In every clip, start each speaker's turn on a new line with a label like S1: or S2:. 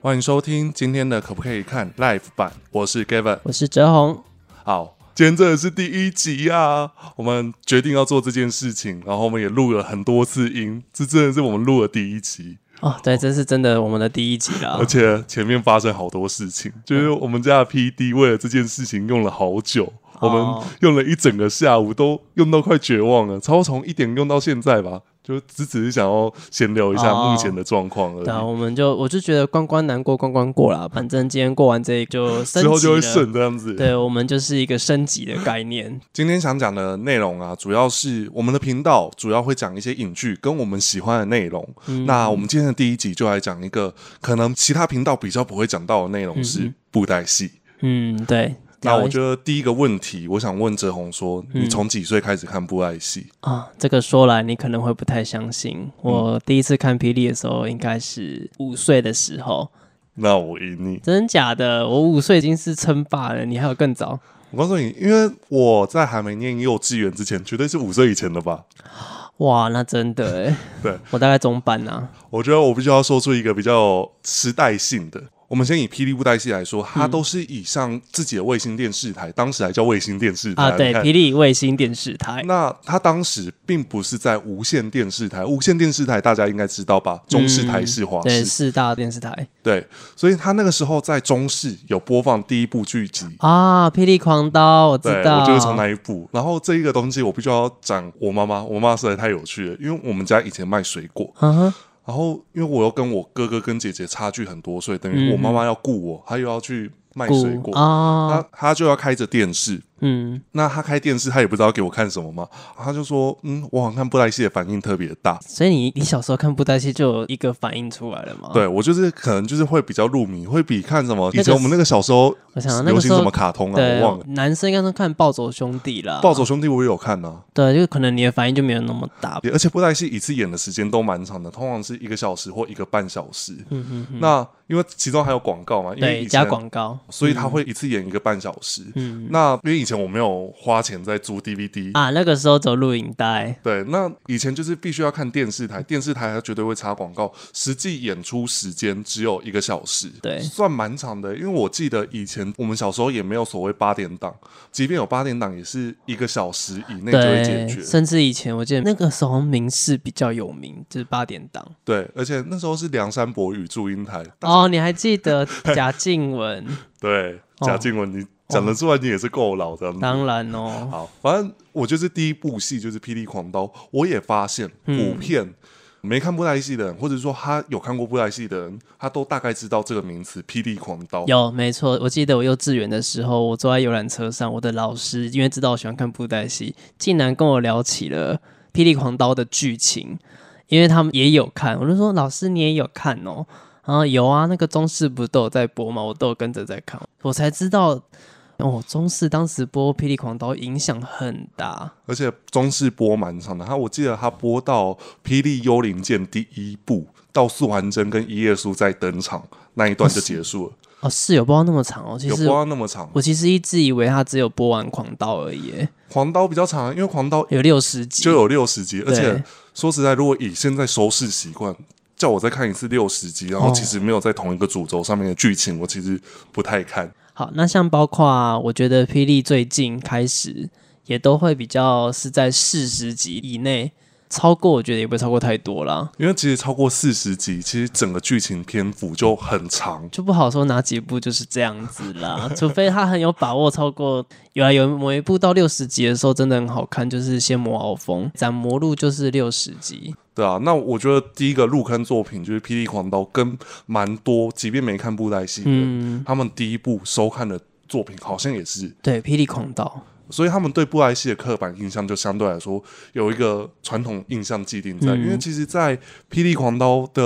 S1: 欢迎收听今天的可不可以看 Live 版，我是 Gavin。
S2: 我是哲宏，
S1: 好，今天真的是第一集啊！我们决定要做这件事情，然后我们也录了很多次音，这真的是我们录的第一集，
S2: 哦，对，这是真的我们的第一集啦
S1: 而。且前面发生好多事情，就是我们家的 PD 为了这件事情用了好久，
S2: 哦
S1: 我们用了一整个下午，都用到快绝望了，超从一点用到现在吧，就只只是想要闲聊一下
S2: 哦
S1: 目前的状况而已。
S2: 对啊，我们就我就觉得关关难过关关过啦，反正今天过完这一就升
S1: 之后
S2: 级
S1: 就会
S2: 了。
S1: 顺这样子，
S2: 对，我们就是一个升级的概念。
S1: 今天想讲的内容啊，主要是我们的频道主要会讲一些影剧跟我们喜欢的内容。那我们今天的第一集就来讲一个可能其他频道比较不会讲到的内容是布袋戏。
S2: 嗯，对。
S1: 那我
S2: 就
S1: 觉得第一个问题，我想问哲宏说，你从几岁开始看布袋戏？
S2: 啊，这个说来你可能会不太相信，我第一次看霹雳的时候应该是五岁的时候，
S1: 那我赢你。
S2: 真假的？我五岁已经是称霸了，你还有更早？
S1: 我告诉你，因为我在还没念幼稚园之前，绝对是五岁以前的吧。。
S2: 哇，那真的哎
S1: 对，
S2: 我大概中班啊呐、
S1: 我觉得我必须要说出一个比较有时代性的。我们先以霹雳布袋戏来说，
S2: 嗯
S1: 它都是以上自己的卫星电视台，当时还叫卫星电视台
S2: 啊，
S1: 你
S2: 对，
S1: 看
S2: 霹雳卫星电视台。
S1: 那它当时并不是在无线电视台，无线电视台大家应该知道吧？中视、台视、华
S2: 对，
S1: 视，
S2: 四大电视台
S1: 对，所以它那个时候在中视有播放第一部剧集。
S2: 啊，《霹雳狂刀》我知
S1: 对，
S2: 道，
S1: 我就是从那一部。然后这一个东西，我必须要讲我妈妈，我妈实在太有趣了，因为我们家以前卖水果，
S2: 嗯哼，
S1: 然后因为我又跟我哥哥跟姐姐差距很多，所以等于
S2: 嗯
S1: 我妈妈要雇我，她又要去卖
S2: 鼓
S1: 水果，
S2: 啊，
S1: 她她就要开着电视。
S2: 嗯，
S1: 那她开电视，她也不知道给我看什么嘛，她就说：“嗯，我好像看布莱希的反应特别大。
S2: 所以你你小时候看布袋戏就有一个反应出来了嘛？，
S1: 对我就是可能就是会比较入迷，会比看什么
S2: 哦那个
S1: 以前我们那个小时候
S2: 我想那
S1: 流
S2: 个
S1: 行
S2: 时候
S1: 什么卡通啊，
S2: 对
S1: 我忘了。
S2: 男生应该都看《暴走兄弟》啦，
S1: 暴走兄弟我也有看呐、
S2: 对，就可能你的反应就没有那么大，
S1: 也而且布袋戏一次演的时间都蛮长的，通常是一个小时或一个半小时。
S2: 嗯嗯嗯，
S1: 那因为其中还有广告嘛，因为
S2: 对，
S1: 以
S2: 加
S1: 前
S2: 广告，
S1: 所以他会一次演一个半小时。
S2: 嗯
S1: 那因为以前我没有花钱在租 DVD，、
S2: 啊，那个时候走录影带，
S1: 对，那以前就是必须要看电视台，电视台它绝对会插广告，实际演出时间只有一个小时，
S2: 对
S1: 算蛮长的。因为我记得以前我们小时候也没有所谓八点档，即便有八点档，也是一个小时以内就会解
S2: 对，
S1: 决。
S2: 甚至以前我记得那个时候明视比较有名，就是八点档
S1: 对，而且那时候是梁山伯与祝英台，
S2: 哦，你还记得贾 静雯？
S1: 对，
S2: 哦
S1: 贾静雯，你讲得出来，你也是够老的。
S2: 当然哦，
S1: 好，反正我就是第一部戏就是《霹雳狂刀》，我也发现
S2: 嗯
S1: 普遍、没看布袋戏的人，或者说他有看过布袋戏的人，他都大概知道这个名词“霹雳狂刀”。
S2: 有，没错，我记得我幼稚园的时候，我坐在游览车上，我的老师因为知道我喜欢看布袋戏，竟然跟我聊起了《霹雳狂刀》的剧情，因为他们也有看，我就说老师你也有看哦，然后有啊，那个中视不都有在播嘛，我都有跟着在看，我才知道哦，中视当时播《霹雳狂刀》影响很大，
S1: 而且中视播蛮长的，他我记得他播到《霹雳幽灵剑》第一部，到素还真跟一页书在登场那一段就结束了，
S2: 哦，是有播到那么长哦，其
S1: 有
S2: 实
S1: 播啊到那么长。
S2: 我其实一直以为他只有播完《狂刀》而已耶，
S1: 狂刀比较长，因为狂刀
S2: 有六十集，
S1: 就有六十集，而且
S2: 对
S1: 说实在，如果以现在收视习惯，叫我再看一次六十集，然后
S2: 哦
S1: 其实没有在同一个主轴上面的剧情，我其实不太看。
S2: 好，那像包括、啊、我觉得霹雳最近开始也都会比较是在四十集以内，超过我觉得也不会超过太多啦，
S1: 因为其实超过四十集，其实整个剧情篇幅就很长。
S2: 就不好说哪几部就是这样子啦，除非他很有把握超过。有啊，有某一部到六十集的时候真的很好看，就是《仙魔鳌峰》，斩魔录就是六十集，
S1: 对啊，那我觉得第一个入坑作品就是《霹雳狂刀》，跟蛮多，即便没看布袋戏的
S2: 嗯
S1: 人，他们第一部收看的作品好像也是，
S2: 对，《霹雳狂刀
S1: 所以他们对布袋戏的刻板印象就相对来说有一个传统印象既定在。
S2: 嗯
S1: 因为其实，在《霹雳狂刀》的》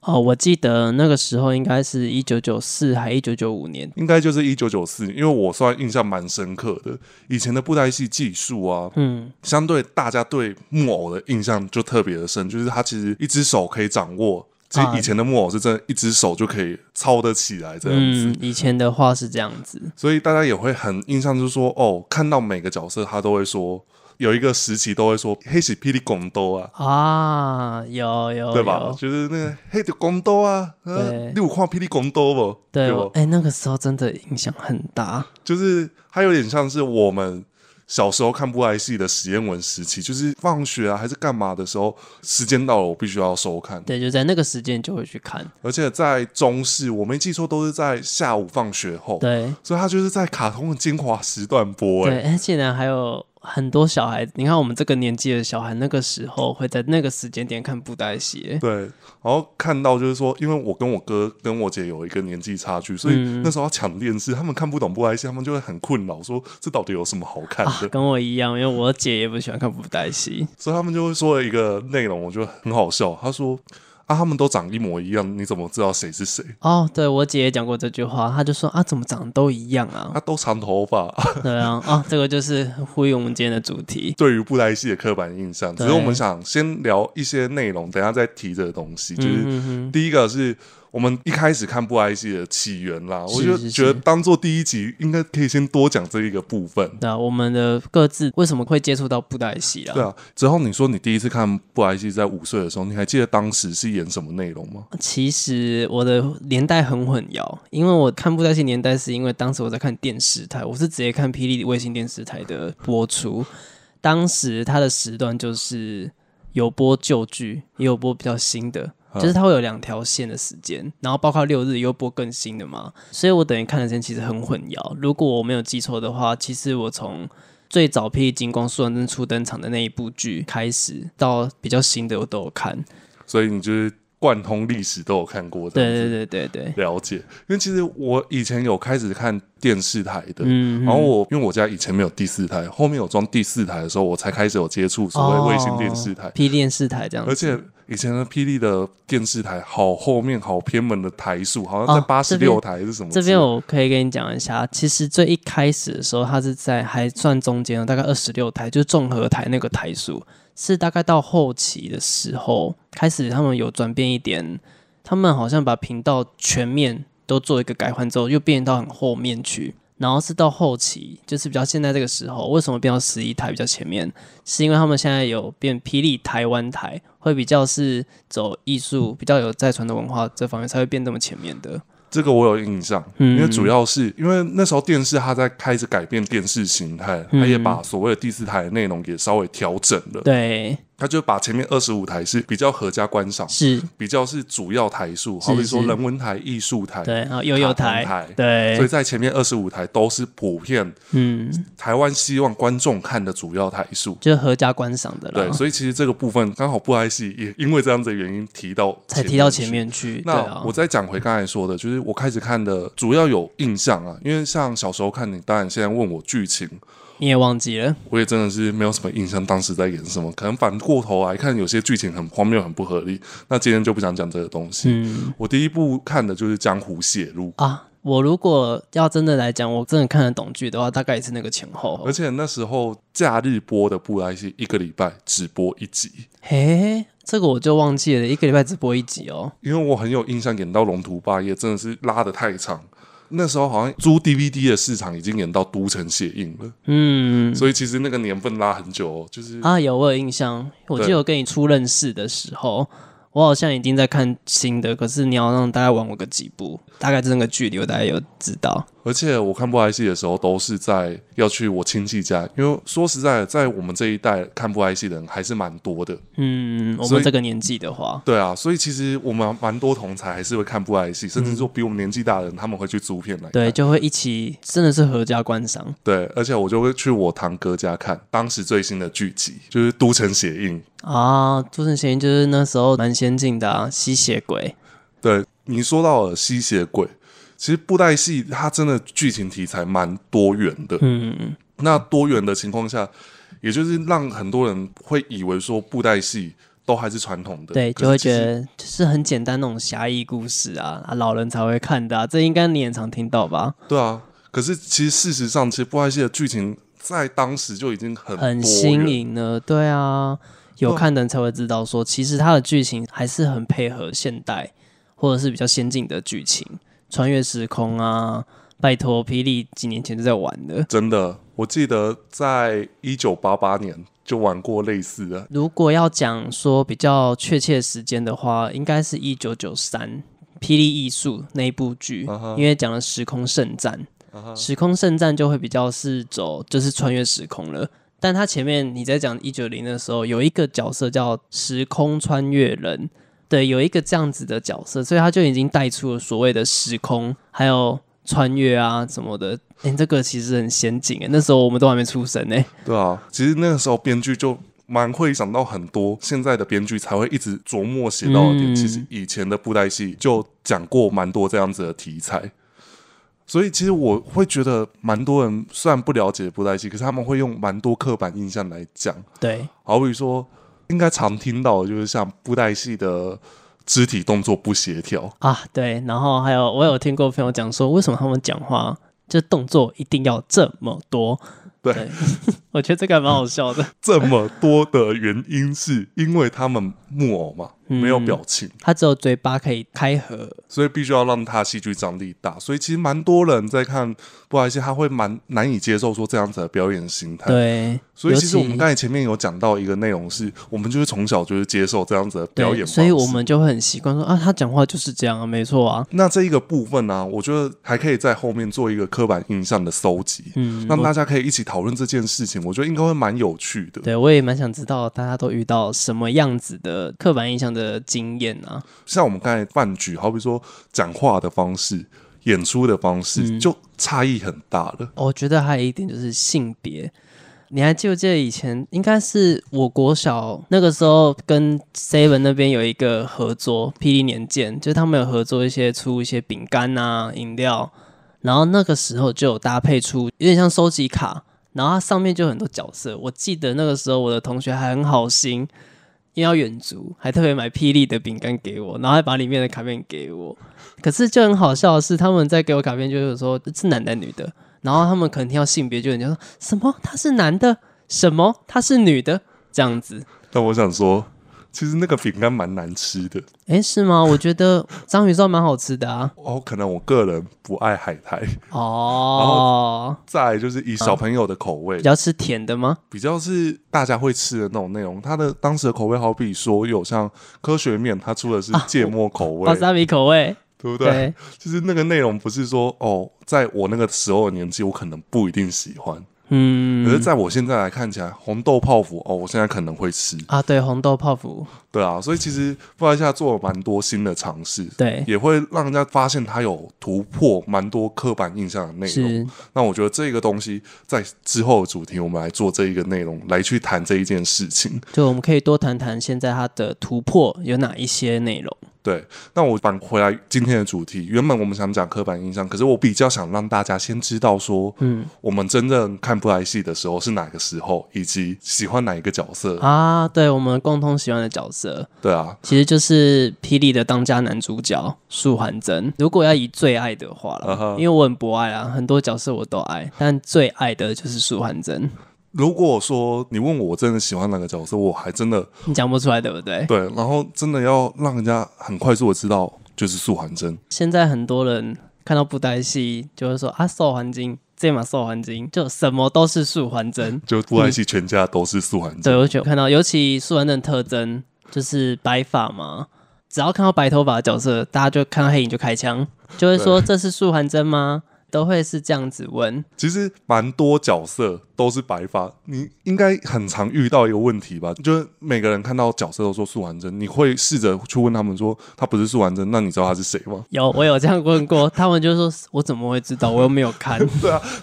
S2: 哦，我记得那个时候应该是一九九四还一九九五年，
S1: 应该就是一九九四，因为我算印象蛮深刻的。以前的布袋戏技术啊，
S2: 嗯，
S1: 相对大家对木偶的印象就特别的深，就是它其实一只手可以掌握。其实
S2: 啊
S1: 以前的木偶是真的，一只手就可以操得起来这样子，
S2: 嗯，以前的话是这样子，
S1: 所以大家也会很印象，就是说哦，看到每个角色他都会说有一个时期都会说黑喜霹雳拱兜啊，
S2: 啊，有有
S1: 对吧？
S2: 哦有
S1: 就是那个黑的拱兜啊，呃
S2: 对
S1: 你有看霹雳拱兜不？
S2: 对
S1: 不
S2: 我哎、那个时候真的影响很大。
S1: 就是它有点像是我们小时候看布袋戏的实验文时期，就是放学啊还是干嘛的时候，时间到了我必须要收看。
S2: 对，就在那个时间就会去看。
S1: 而且在中视，我没记错都是在下午放学后，
S2: 对
S1: 所以它就是在卡通的精华时段播、
S2: 对，
S1: 欸。
S2: 哎，竟然还有很多小孩，你看我们这个年纪的小孩，那个时候会在那个时间点看布袋戏。
S1: 对，然后看到就是说，因为我跟我哥跟我姐有一个年纪差距，所以
S2: 嗯
S1: 那时候要抢电视，他们看不懂布袋戏，他们就会很困扰，说这到底有什么好看
S2: 啊
S1: 的？，
S2: 跟我一样，因为我姐也不喜欢看布袋戏。
S1: 所以他们就会说了一个内容，我觉得很好笑。他说：“啊，他们都长一模一样，你怎么知道谁是谁？
S2: 哦，对我姐也讲过这句话，她就说啊，怎么长得都一样啊
S1: 啊，？都长头发。
S2: 对啊，啊，这个就是呼应我们今天的主题”。
S1: 对于布袋戏的刻板印象，只
S2: 对
S1: 是我们想先聊一些内容，等一下再提这个东西。就是
S2: 嗯嗯
S1: 第一个是我们一开始看布袋戏的起源啦，
S2: 是
S1: 我就是觉得
S2: 是
S1: 当做第一集应该可以先多讲这一个部分。
S2: 对啊，我们的各自为什么会接触到布袋戏啊？
S1: 对啊，之后你说你第一次看布袋戏在五岁的时候，你还记得当时是演什么内容吗？
S2: 其实我的年代很混淆，因为我看布袋戏年代是因为当时我在看电视台，我是直接看霹雳卫星电视台的播出。当时它的时段就是有播旧剧，也有播比较新的，
S1: 嗯
S2: 就是它会有两条线的时间，然后包括六日又播更新的嘛，所以我等于看的时间其实很混淆。如果我没有记错的话，其实我从最早霹雳金光苏完真初登场的那一部剧开始，到比较新的我都有看。
S1: 所以你就是贯通历史都有看过这样子。
S2: 对对对对对。
S1: 了解，因为其实我以前有开始看电视台的，
S2: 嗯，
S1: 然后我因为我家以前没有第四台，后面有装第四台的时候，我才开始有接触所谓卫星电视台，
S2: 哦、P 电视台这样子，
S1: 而且以前的霹雳的电视台好后面好偏门的台数，好像在
S2: 哦
S1: 八十
S2: 这边
S1: 六台还是什么之
S2: 这
S1: 类的、
S2: 边我可以跟你讲一下，其实最一开始的时候，它是在还算中间的，大概二十六台，就是综合台那个台数，是大概到后期的时候开始，他们有转变一点，他们好像把频道全面都做一个改换之后，又变到很后面去。然后是到后期，就是比较现在这个时候，为什么变到十一台比较前面？是因为他们现在有变霹雳台湾台，会比较是走艺术，比较有在传统文化这方面才会变这么前面的。
S1: 这个我有印象，
S2: 嗯
S1: 因为主要是因为那时候电视它在开始改变电视形态，它也把所谓的第四台的内容也稍微调整了，
S2: 嗯对，
S1: 它就把前面二十五台是比较合家观赏，
S2: 是，
S1: 比较是主要台数，
S2: 是
S1: 好比说
S2: 是
S1: 人文台、艺术台，
S2: 对，然后悠悠台，
S1: 卡通台所以
S2: 对，
S1: 在前面二十五台都是普遍
S2: 嗯，
S1: 台湾希望观众看的主要台数。
S2: 就是合家观赏的
S1: 对
S2: 啦，，
S1: 所以其实这个部分刚好布莱戏也因为这样子的原因提到
S2: 才提到前
S1: 去。
S2: 面去，对
S1: 那
S2: 啊
S1: 我，再讲回刚才说的，就是我开始看的主要有印象啊，因为像小时候看你，当然现在问我剧情，
S2: 你也忘记了，
S1: 我也真的是没有什么印象，当时在演什么，可能反过头来看有些剧情很荒谬、很不合理。那今天就不想讲这个东西。
S2: 嗯
S1: 我第一部看的就是《江湖血路》，
S2: 啊，我如果要真的来讲，我真的看得懂剧的话，大概也是那个前后
S1: 而，且那时候假日播的布莱戏一个礼拜只播一集，
S2: 嘿，这个我就忘记了，一个礼拜只播一集哦，
S1: 因为我很有印象，演到《龙图霸业》真的是拉的太长。那时候好像租 DVD 的市场已经演到都城血印了，
S2: 嗯。
S1: 所以其实那个年份拉很久哦，就是
S2: 啊，有我有印象，我记
S1: 对
S2: 得我跟你初认识的时候，我好像已经在看新的，可是你要让大概玩我个几部，大概这个距离我大概有知道。
S1: 而且我看布莱戏的时候，都是在要去我亲戚家，因为说实在的，在我们这一代看布莱戏的人还是蛮多的。
S2: 嗯，我
S1: 所以
S2: 们这个年纪的话，
S1: 对啊，所以其实我们蛮多同才还是会看布莱戏，甚至说比我们年纪大的人，他们会去租片来看。
S2: 嗯对，就会一起，真的是合家观赏。
S1: 对而且我就会去我堂哥家看当时最新的剧集，就是《都城血印》。
S2: 啊，朱正贤就是那时候蛮先进的啊，吸血鬼。
S1: 对你说到了吸血鬼，其实布袋戏它真的剧情题材蛮多元的。
S2: 嗯，
S1: 那多元的情况下，也就是让很多人会以为说布袋戏都还是传统的，
S2: 对，
S1: 可是
S2: 就会
S1: 其
S2: 觉
S1: 实
S2: 得就是很简单那种侠义故事啊，啊老人才会看的、啊，这应该你也常听到吧？
S1: 对啊。可是其实事实上，其实布袋戏的剧情在当时就已经很
S2: 很
S1: 多
S2: 新
S1: 元
S2: 颖呢，对啊，有
S1: 对啊
S2: 看的人才会知道说，其实它的剧情还是很配合现代或者是比较先进的剧情，穿越时空啊，拜托，霹雳几年前就在玩的，
S1: 真的。我记得在一九八八年就玩过类似的，
S2: 如果要讲说比较确切时间的话，应该是一九九三《霹雳艺术》那一部剧
S1: 啊哈
S2: 因为讲了时空圣战
S1: 啊哈
S2: 时空圣战就会比较是走就是穿越时空了。但他前面你在讲一九零的时候，有一个角色叫时空穿越人，对，有一个这样子的角色，所以他就已经带出了所谓的时空还有穿越啊什么的。哎、这个其实很先进诶，那时候我们都还没出生呢、
S1: 对啊，其实那个时候编剧就蛮会想到很多现在的编剧才会一直琢磨写到的点。
S2: 嗯
S1: 其实以前的布袋戏就讲过蛮多这样子的题材，所以其实我会觉得蛮多人虽然不了解布袋戏，可是他们会用蛮多刻板印象来讲，
S2: 对，
S1: 好比说应该常听到的就是像布袋戏的肢体动作不协调，
S2: 啊，对，然后还有我有听过朋友讲说，为什么他们讲话就动作一定要这么多？
S1: 对
S2: 我觉得这个还蛮好笑的。
S1: 这么多的原因是因为他们木偶嘛， 没有
S2: 嗯
S1: 表情。
S2: 他只有嘴巴可以开合，
S1: 所以必须要让他戏剧张力大。所以其实蛮多人在看布莱希，他会蛮难以接受说这样子的表演形态。
S2: 对，
S1: 所以其实
S2: 尤
S1: 我
S2: 其
S1: 们刚才前面有讲到一个内容是，我们就是从小就是接受这样子的表演
S2: 对
S1: 方式
S2: 所以我们就会很习惯说啊，他讲话就是这样啊，没错啊，
S1: 那这一个部分呢、我觉得还可以在后面做一个刻板印象的搜集，
S2: 嗯，
S1: 让
S2: 我
S1: 大家可以一起讨论这件事情。我觉得应该会蛮有趣的。
S2: 对我也蛮想知道大家都遇到什么样子的刻板印象的经验啊，
S1: 像我们刚才饭局，好比说讲话的方式、演出的方式，
S2: 嗯
S1: 就差异很大了。
S2: 我觉得还有一点就是性别。你还记不记得以前应该是我国小那个时候跟 Seven 那边有一个合作，霹雳年鉴，就是他们有合作一些出一些饼干啊、饮料，然后那个时候就有搭配出有点像收集卡，然后它上面就有很多角色。我记得那个时候我的同学还很好心，因为要远足，还特别买霹雳的饼干给我，然后还把里面的卡片给我。可是就很好笑的是，他们在给我卡片就是说是男的女的，然后他们可能听到性别就人家说什么他是男的，什么他是女的这样子。
S1: 但我想说，其实那个饼干蛮难吃的。
S2: 诶，是吗？我觉得章鱼烧蛮好吃的啊。
S1: 哦，可能我个人不爱海苔，
S2: 哦，
S1: 再来就是以小朋友的口味，
S2: 比较吃甜的吗？
S1: 比较是大家会吃的那种内容。它的当时的口味好比说有像科学面，它出的
S2: 啊
S1: 是芥末口味，
S2: 巴沙米口味，
S1: 对不对？
S2: 对，
S1: 就是那个内容不是说哦，在我那个时候的年纪，我可能不一定喜欢，可是
S2: 嗯，
S1: 在我现在来看起来，红豆泡芙哦，我现在可能会吃，
S2: 啊，对，红豆泡芙，
S1: 对啊，所以其实布莱夏做了蛮多新的尝试。
S2: 对，
S1: 也会让人家发现他有突破蛮多刻板印象的内容，
S2: 是
S1: 那我觉得这个东西在之后的主题，我们来做这一个内容，来去谈这一件事情。
S2: 就我们可以多谈谈现在它的突破有哪一些内容。
S1: 对，那我返回来今天的主题，原本我们想讲刻板印象，可是我比较想让大家先知道说，
S2: 嗯
S1: 我们真正看布莱戏的时候是哪个时候，以及喜欢哪一个角色。
S2: 啊，对我们共同喜欢的角色，
S1: 对啊，
S2: 其实就是霹雳的当家男主角素还真。如果要以最爱的话了
S1: 啊哈
S2: 因为我很博爱啊，很多角色我都爱，但最爱的就是素还真。
S1: 如果说你问我真的喜欢哪个角色，我还真的
S2: 你讲不出来对不对？
S1: 对，然后真的要让人家很快速的知道，就是素还真。
S2: 现在很多人看到布袋戏就会说啊，素还真，这嘛素还真，就什么都是素还 真。
S1: 就布莱戏全家都是素还真。
S2: 嗯对，我觉得我看到，尤其素还真的特征就是白发嘛。只要看到白头发的角色，大家就看到黑影就开枪，就会说这是素还真吗？都会是这样子问。
S1: 其实蛮多角色都是白发，你应该很常遇到一个问题吧？就是每个人看到角色都说素还真，你会试着去问他们说他不是素还真，那你知道他是谁吗？
S2: 有，我有这样问过，他们就说：“我怎么会知道？我又没有 看。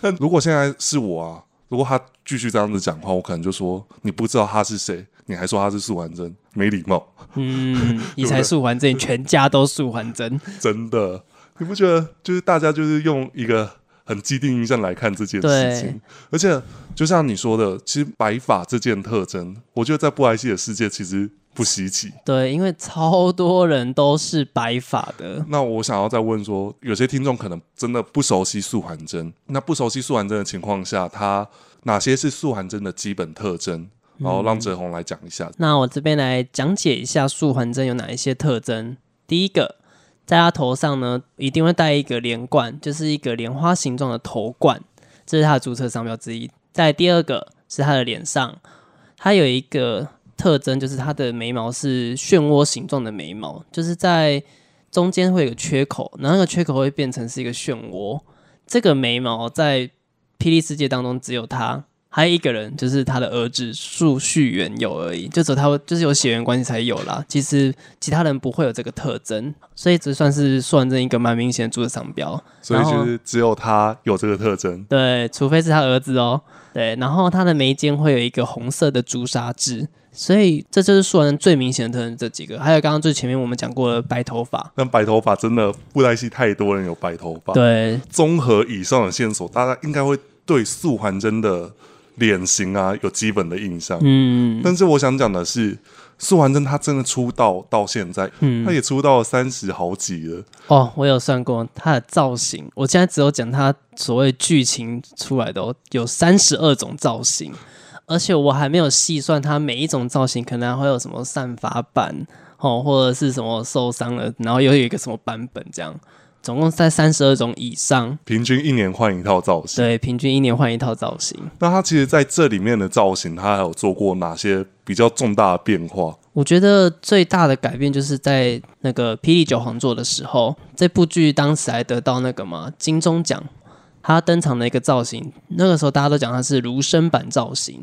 S1: 那如果现在是我啊，如果他继续这样子讲话，我可能就说你不知道他是谁，你还说他是素还真，没礼貌，”
S2: 嗯，你才素还真，你全家都素还真。
S1: 真的，你不觉得？就是大家就是用一个很既定印象来看这件事情
S2: 对，
S1: 而且就像你说的，其实白发这件特征，我觉得在布莱希的世界其实不稀奇。
S2: 对，因为超多人都是白发的。
S1: 那我想要再问说，有些听众可能真的不熟悉素还真，那不熟悉素还真的情况下，它哪些是素还真的基本特征？然后
S2: 嗯
S1: 让哲宏来讲一下。
S2: 那我这边来讲解一下素还真有哪一些特征。第一个，在他头上呢，一定会戴一个连冠，就是一个莲花形状的头冠，这是他的注册商标之一。再来第二个是他的脸上，他有一个特征，就是他的眉毛是漩涡形状的眉毛，就是在中间会有个缺口，然后那个缺口会变成是一个漩涡。这个眉毛在霹雳世界当中只有他，还有一个人就是他的儿子树续缘有而已，就只有他会就是有血缘关系才有啦。其实其他人不会有这个特征，所以只算是树完真一个蛮明显的注射商标。
S1: 所以
S2: 然
S1: 就
S2: 后
S1: 是只有他有这个特征，
S2: 对，除非是他儿子哦。对，然后他的眉间会有一个红色的朱砂痣，所以这就是树人最明显的特征这几个。还有刚刚最前面我们讲过的白头发，
S1: 但白头发真的布袋戏太多人有白头发。
S2: 对
S1: 综合以上的线索，大家应该会对素还真的脸型啊有基本的印象。
S2: 嗯，
S1: 但是我想讲的是，素还真他真的出道到现在，
S2: 嗯
S1: 他也出道三十好几了。
S2: 哦，我有算过他的造型，我现在只有讲他所谓剧情出来的哦，有三十二种造型，而且我还没有细算他每一种造型可能还会有什么散发版哦，或者是什么受伤了，然后又有一个什么版本这样，总共在三十二种以上。
S1: 平均一年换一套造型。
S2: 对，平均一年换一套造型。
S1: 那他其实在这里面的造型，他还有做过哪些比较重大的变化？
S2: 我觉得最大的改变就是在那个《霹雳九皇座》的时候，这部剧当时还得到那个嘛金钟奖，他登场的一个造型，那个时候大家都讲他是儒生版造型，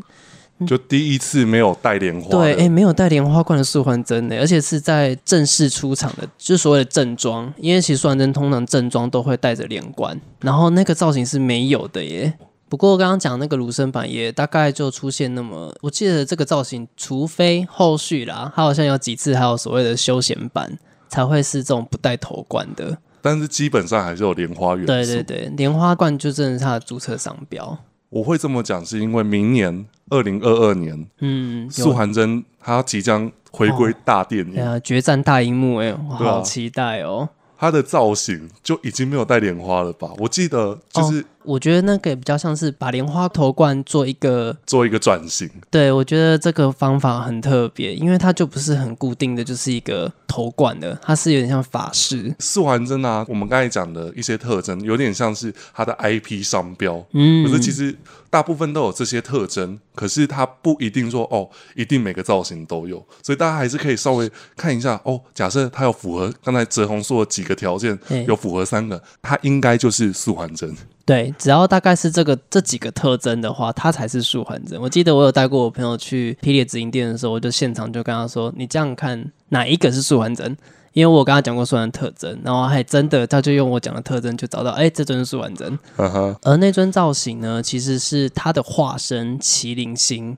S1: 就第一次没有戴莲花
S2: 嗯对，
S1: 的，
S2: 诶，没有带莲花冠的素还真的，而且是在正式出场的，就是所谓的正装，因为其实素还真通常正装都会带着连冠，然后那个造型是没有的耶。不过刚刚讲那个儒生版也大概就出现那么，我记得这个造型，除非后续啦，它好像有几次还有所谓的休闲版才会是这种不戴头冠的。
S1: 但是基本上还是有莲花嗯元素。
S2: 对对对，莲花冠就真的是它的注册商标。
S1: 我会这么讲，是因为明年二零二二年，
S2: 嗯，有
S1: 素还真他即将回归大电
S2: 哎
S1: 影，
S2: 呀，决战大荧幕哎、我
S1: 对啊
S2: 好期待哦、
S1: 他的造型就已经没有戴莲花了吧？我记得就是
S2: 哦我觉得那个也比较像是把莲花头冠做一个，
S1: 做一个转型，
S2: 对我觉得这个方法很特别，因为它就不是很固定的，就是一个头冠的，它是有点像法式。
S1: 素还真啊，我们刚才讲的一些特征，有点像是它的 IP 商标。
S2: 嗯
S1: 可是其实大部分都有这些特征，可是它不一定说哦，一定每个造型都有，所以大家还是可以稍微看一下哦。假设它有符合刚才泽宏说的几个条件
S2: 对，
S1: 有符合三个，它应该就是素还真。
S2: 对，只要大概是这个这几个特征的话，它才是素还真。我记得我有带过我朋友去霹雳直营店的时候，我就现场就跟他说：“你这样看哪一个是素还真？”因为我跟他讲过素还真特征，然后还真的他就用我讲的特征就找到，哎，这尊是素还真。
S1: 哈哈，
S2: 而那尊造型呢，其实是他的化身麒麟星。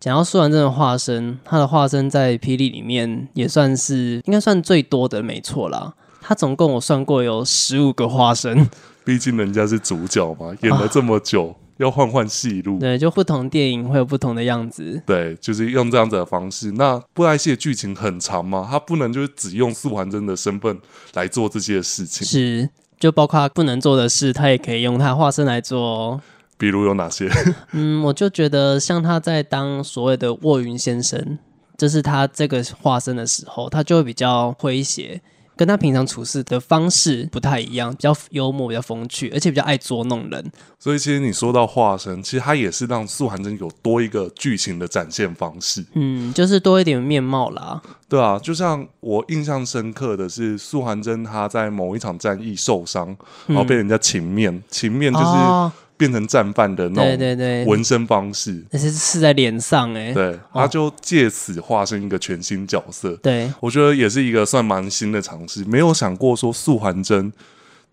S2: 讲到苏完真的化身，他的化身在霹雳里面也算是应该算最多的，没错啦。他总共我算过有十五个化身，
S1: 毕竟人家是主角嘛，演了这么久，要换换戏路。
S2: 对，就不同电影会有不同的样子。
S1: 对，就是用这样子的方式。那布莱希的剧情很长嘛，他不能就是只用素还真的身份来做这些事情。
S2: 是，就包括他不能做的事，他也可以用他的化身来做哦。
S1: 比如有哪些？
S2: 嗯，我就觉得像他在当所谓的卧云先生，就是他这个化身的时候，他就会比较诙谐，跟他平常处事的方式不太一样，比较幽默，比较风趣，而且比较爱捉弄人。
S1: 所以其实你说到化身，其实它也是让素还真有多一个剧情的展现方式，
S2: 嗯，就是多一点面貌啦。
S1: 对啊，就像我印象深刻的是素还真他在某一场战役受伤，然后被人家情面，情面就是
S2: 嗯哦，
S1: 变成战犯的那
S2: 对
S1: 种
S2: 对对，
S1: 纹身方式，
S2: 那是是在脸上哎、
S1: 对，他就借此化身一个全新角色。
S2: 对，
S1: 我觉得也是一个算蛮新的尝试，没有想过说素还真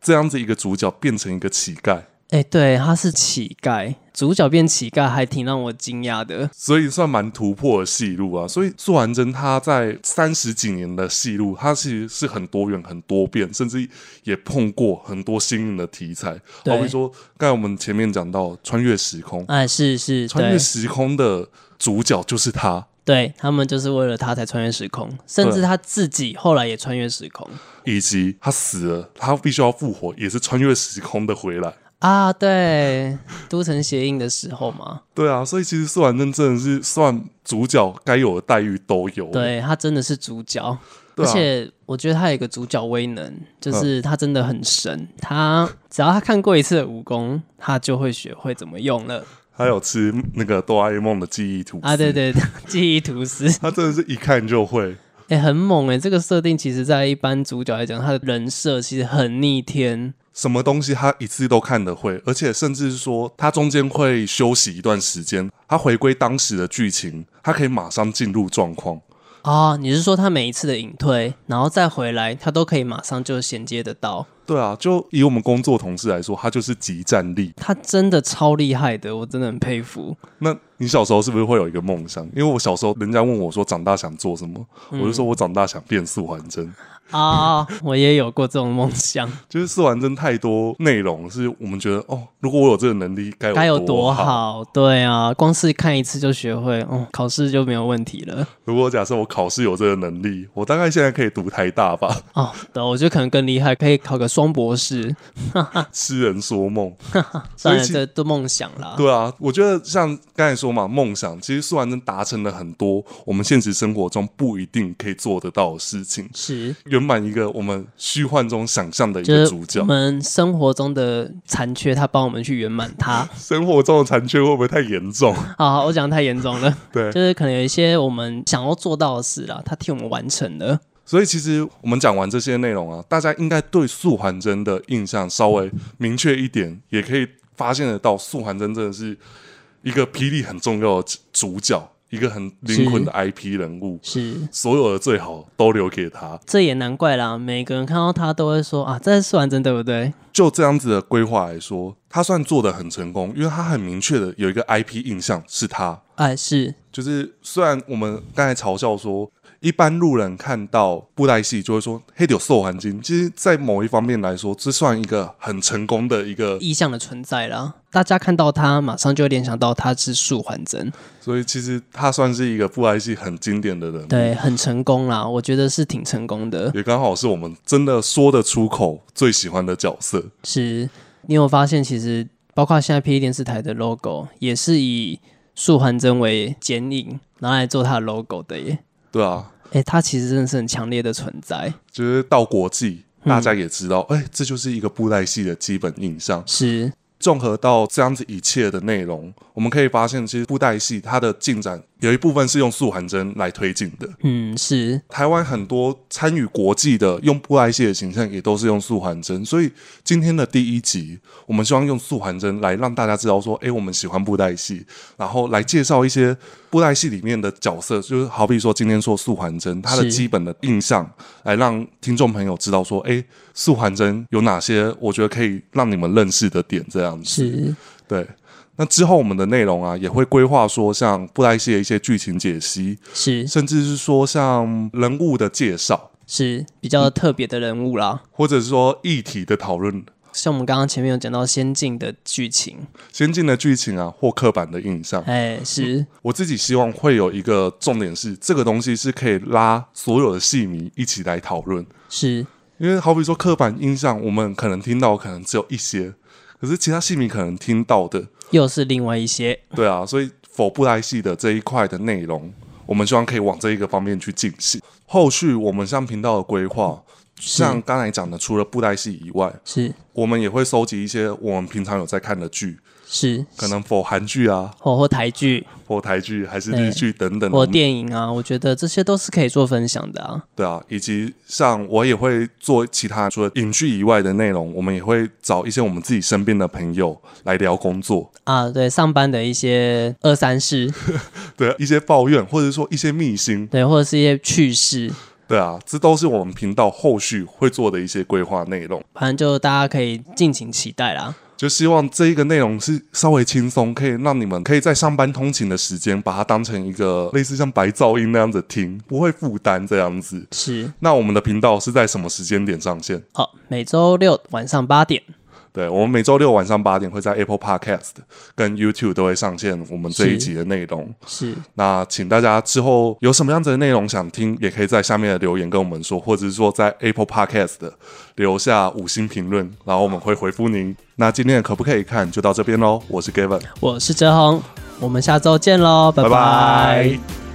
S1: 这样子一个主角变成一个乞丐，
S2: 哎、对，他是乞丐，主角变乞丐还挺让我惊讶的。
S1: 所以算蛮突破的戏路啊。所以素还真他在三十几年的戏路，他其实是很多元、很多变，甚至也碰过很多新颖的题材，
S2: 对
S1: 好比说刚才我们前面讲到穿越时空，
S2: 哎，是是，
S1: 穿
S2: 对
S1: 越时空的主角就是他。
S2: 对他们就是为了他才穿越时空，甚至
S1: 对
S2: 他自己后来也穿越时空
S1: 以及他死了，他必须要复活，也是穿越时空的回来。
S2: 啊。对， 都城协印的时候嘛，
S1: 对啊，所以其实素还真真的是算主角该有的待遇都有。，
S2: 对他真的是主角，
S1: 对
S2: 而
S1: 啊嗯
S2: 且我觉得他有一个主角威能，就是他真的很神，他只要他看过一次的武功，他就会学会怎么用了。
S1: 他有吃那个哆啦 A 梦的记忆图
S2: 啊，对，对，对 记忆吐司，
S1: 他真的是一看就会。
S2: 哎、很猛哎、这个设定其实，在一般主角来讲，他的人设其实很逆天。
S1: 什么东西他一次都看得会，而且甚至是说他中间会休息一段时间，他回归当时的剧情，他可以马上进入状况。
S2: 哦，你是说他每一次的隐退，然后再回来，他都可以马上就衔接得到？
S1: 对啊，就以我们工作同事来说，他就是集战力。
S2: 他真的超厉害的，我真的很佩服。
S1: 那你小时候是不是会有一个梦想？因为我小时候，人家问我说长大想做什么，
S2: 嗯
S1: 我就说我长大想变素还真。
S2: 啊、我也有过这种梦 想，
S1: 就是素还真太多内容是我们觉得哦，如果我有这个能力，该
S2: 该有
S1: 多
S2: 多。好？对啊，光是看一次就学会，哦，考试就没有问题了。
S1: 如果假设我考试有这个能力，我大概现在可以读台大吧，
S2: 哦，对，我觉得可能更厉害，可以考个双博士。
S1: 痴人说 梦。所
S2: 当
S1: 以
S2: 然，
S1: 其
S2: 这都梦想啦。
S1: 对啊，我觉得像刚才说嘛，梦想其实素然真达成了很多我们现实生活中不一定可以做得到的事情，
S2: 是，
S1: 圆满一个我们虚幻中想象的一
S2: 就
S1: 个
S2: 是
S1: 主
S2: 我
S1: 角。
S2: 们生活中的残缺，他帮我们去圆满它。
S1: 生活中的残缺会不会太严重？
S2: 好好，我讲得太严重了，
S1: 对，
S2: 就是可能有一些我们想要做到的事啦，他替我们完成了。
S1: 所以其实我们讲完这些内容啊，大家应该对素还真的印象稍微明确一点，也可以发现得到素还真真的是一个霹雳很重要的主角，一个很灵魂的 IP 人物，
S2: 是，
S1: 所有的最好都留给他。
S2: 这也难怪啦，每个人看到他都会说啊，这是完整对不对？
S1: 就这样子的规划来说，他算做的很成功，因为他很明确的有一个 IP 印象是他。
S2: 哎，是
S1: 就是虽然我们刚才嘲笑说，一般路人看到布袋戏就会说“黑有受环金”，其实，在某一方面来说，这算一个很成功的一个。
S2: 意象的存在啦。大家看到他，马上就会联想到他是素还真，
S1: 所以其实他算是一个布袋戏很经典的人物，
S2: 对，很成功啦，我觉得是挺成功的。
S1: 也刚好是我们真的说得出口最喜欢的角色。
S2: 是你有发现，其实包括现在 P D 电视台的 logo 也是以素还真为剪影拿来做它的 logo 的耶。
S1: 对啊，
S2: 哎，它其实真的是很强烈的存在，
S1: 就是到国际，大家也知道，哎、这就是一个布袋戏的基本印象。
S2: 是
S1: 综合到这样子一切的内容，我们可以发现，其实布袋戏它的进展有一部分是用素还真来推进的。
S2: 嗯，是
S1: 台湾很多参与国际的用布袋戏的形象，也都是用素还真。所以今天的第一集，我们希望用素还真来让大家知道说，诶，我们喜欢布袋戏，然后来介绍一些布袋戏里面的角色，就是好比说今天说素还真，它的
S2: 是
S1: 基本的印象，来让听众朋友知道说，诶，素还真有哪些，我觉得可以让你们认识的点，这样子。
S2: 是，
S1: 对。那之后我们的内容啊，也会规划说像布袋戏的一些剧情解析，
S2: 是
S1: 甚至是说像人物的介绍，
S2: 是比较特别的人物啦。
S1: 或者是说议题的讨论、
S2: 像我们刚刚前面有讲到先进的剧情，
S1: 先进的剧情啊或刻板的印象。
S2: 哎，是
S1: 我自己希望会有一个重点是，这个东西是可以拉所有的戏迷一起来讨论。
S2: 是
S1: 因为好比说刻板印象，我们可能听到可能只有一些，可是其他戏迷可能听到的，
S2: 又是另外一些
S1: 对啊，所以否布袋戏的这一块的内容，我们希望可以往这一个方面去进行。后续我们像频道的规划，像刚才讲的，除了布袋戏以外，
S2: 是
S1: 我们也会收集一些我们平常有在看的剧，
S2: 是，
S1: 可能否韩剧啊，
S2: 或或台剧
S1: 或台剧还是日剧等等的，
S2: 或
S1: 我们
S2: 电影啊，我觉得这些都是可以做分享的啊。
S1: 对啊，以及像我也会做其他除了影剧以外的内容，我们也会找一些我们自己身边的朋友来聊工作，
S2: 啊，对，上班的一些二三事，
S1: 对、啊一些抱怨或者说一些秘辛，
S2: 对，或者是一些趣事，
S1: 对啊，这都是我们频道后续会做的一些规划内容。
S2: 反正就大家可以敬请期待啦。
S1: 就希望这一个内容是稍微轻松，可以让你们可以在上班通勤的时间，把它当成一个类似像白噪音那样子听，不会负担这样子。
S2: 是，
S1: 那我们的频道是在什么时间点上线？
S2: 哦，每周六晚上八点，
S1: 对我们每周六晚上八点会在 Apple Podcast 跟 YouTube 都会上线我们这一集的内容。
S2: 是
S1: 那请大家之后有什么样子的内容想听，也可以在下面的留言跟我们说，或者是说在 Apple Podcast 的留下五星评论，然后我们会回复您。那今天的可不可以看就到这边喽，我是 Gavin，
S2: 我是哲宏，我们下周见喽，拜
S1: 拜
S2: 拜
S1: 拜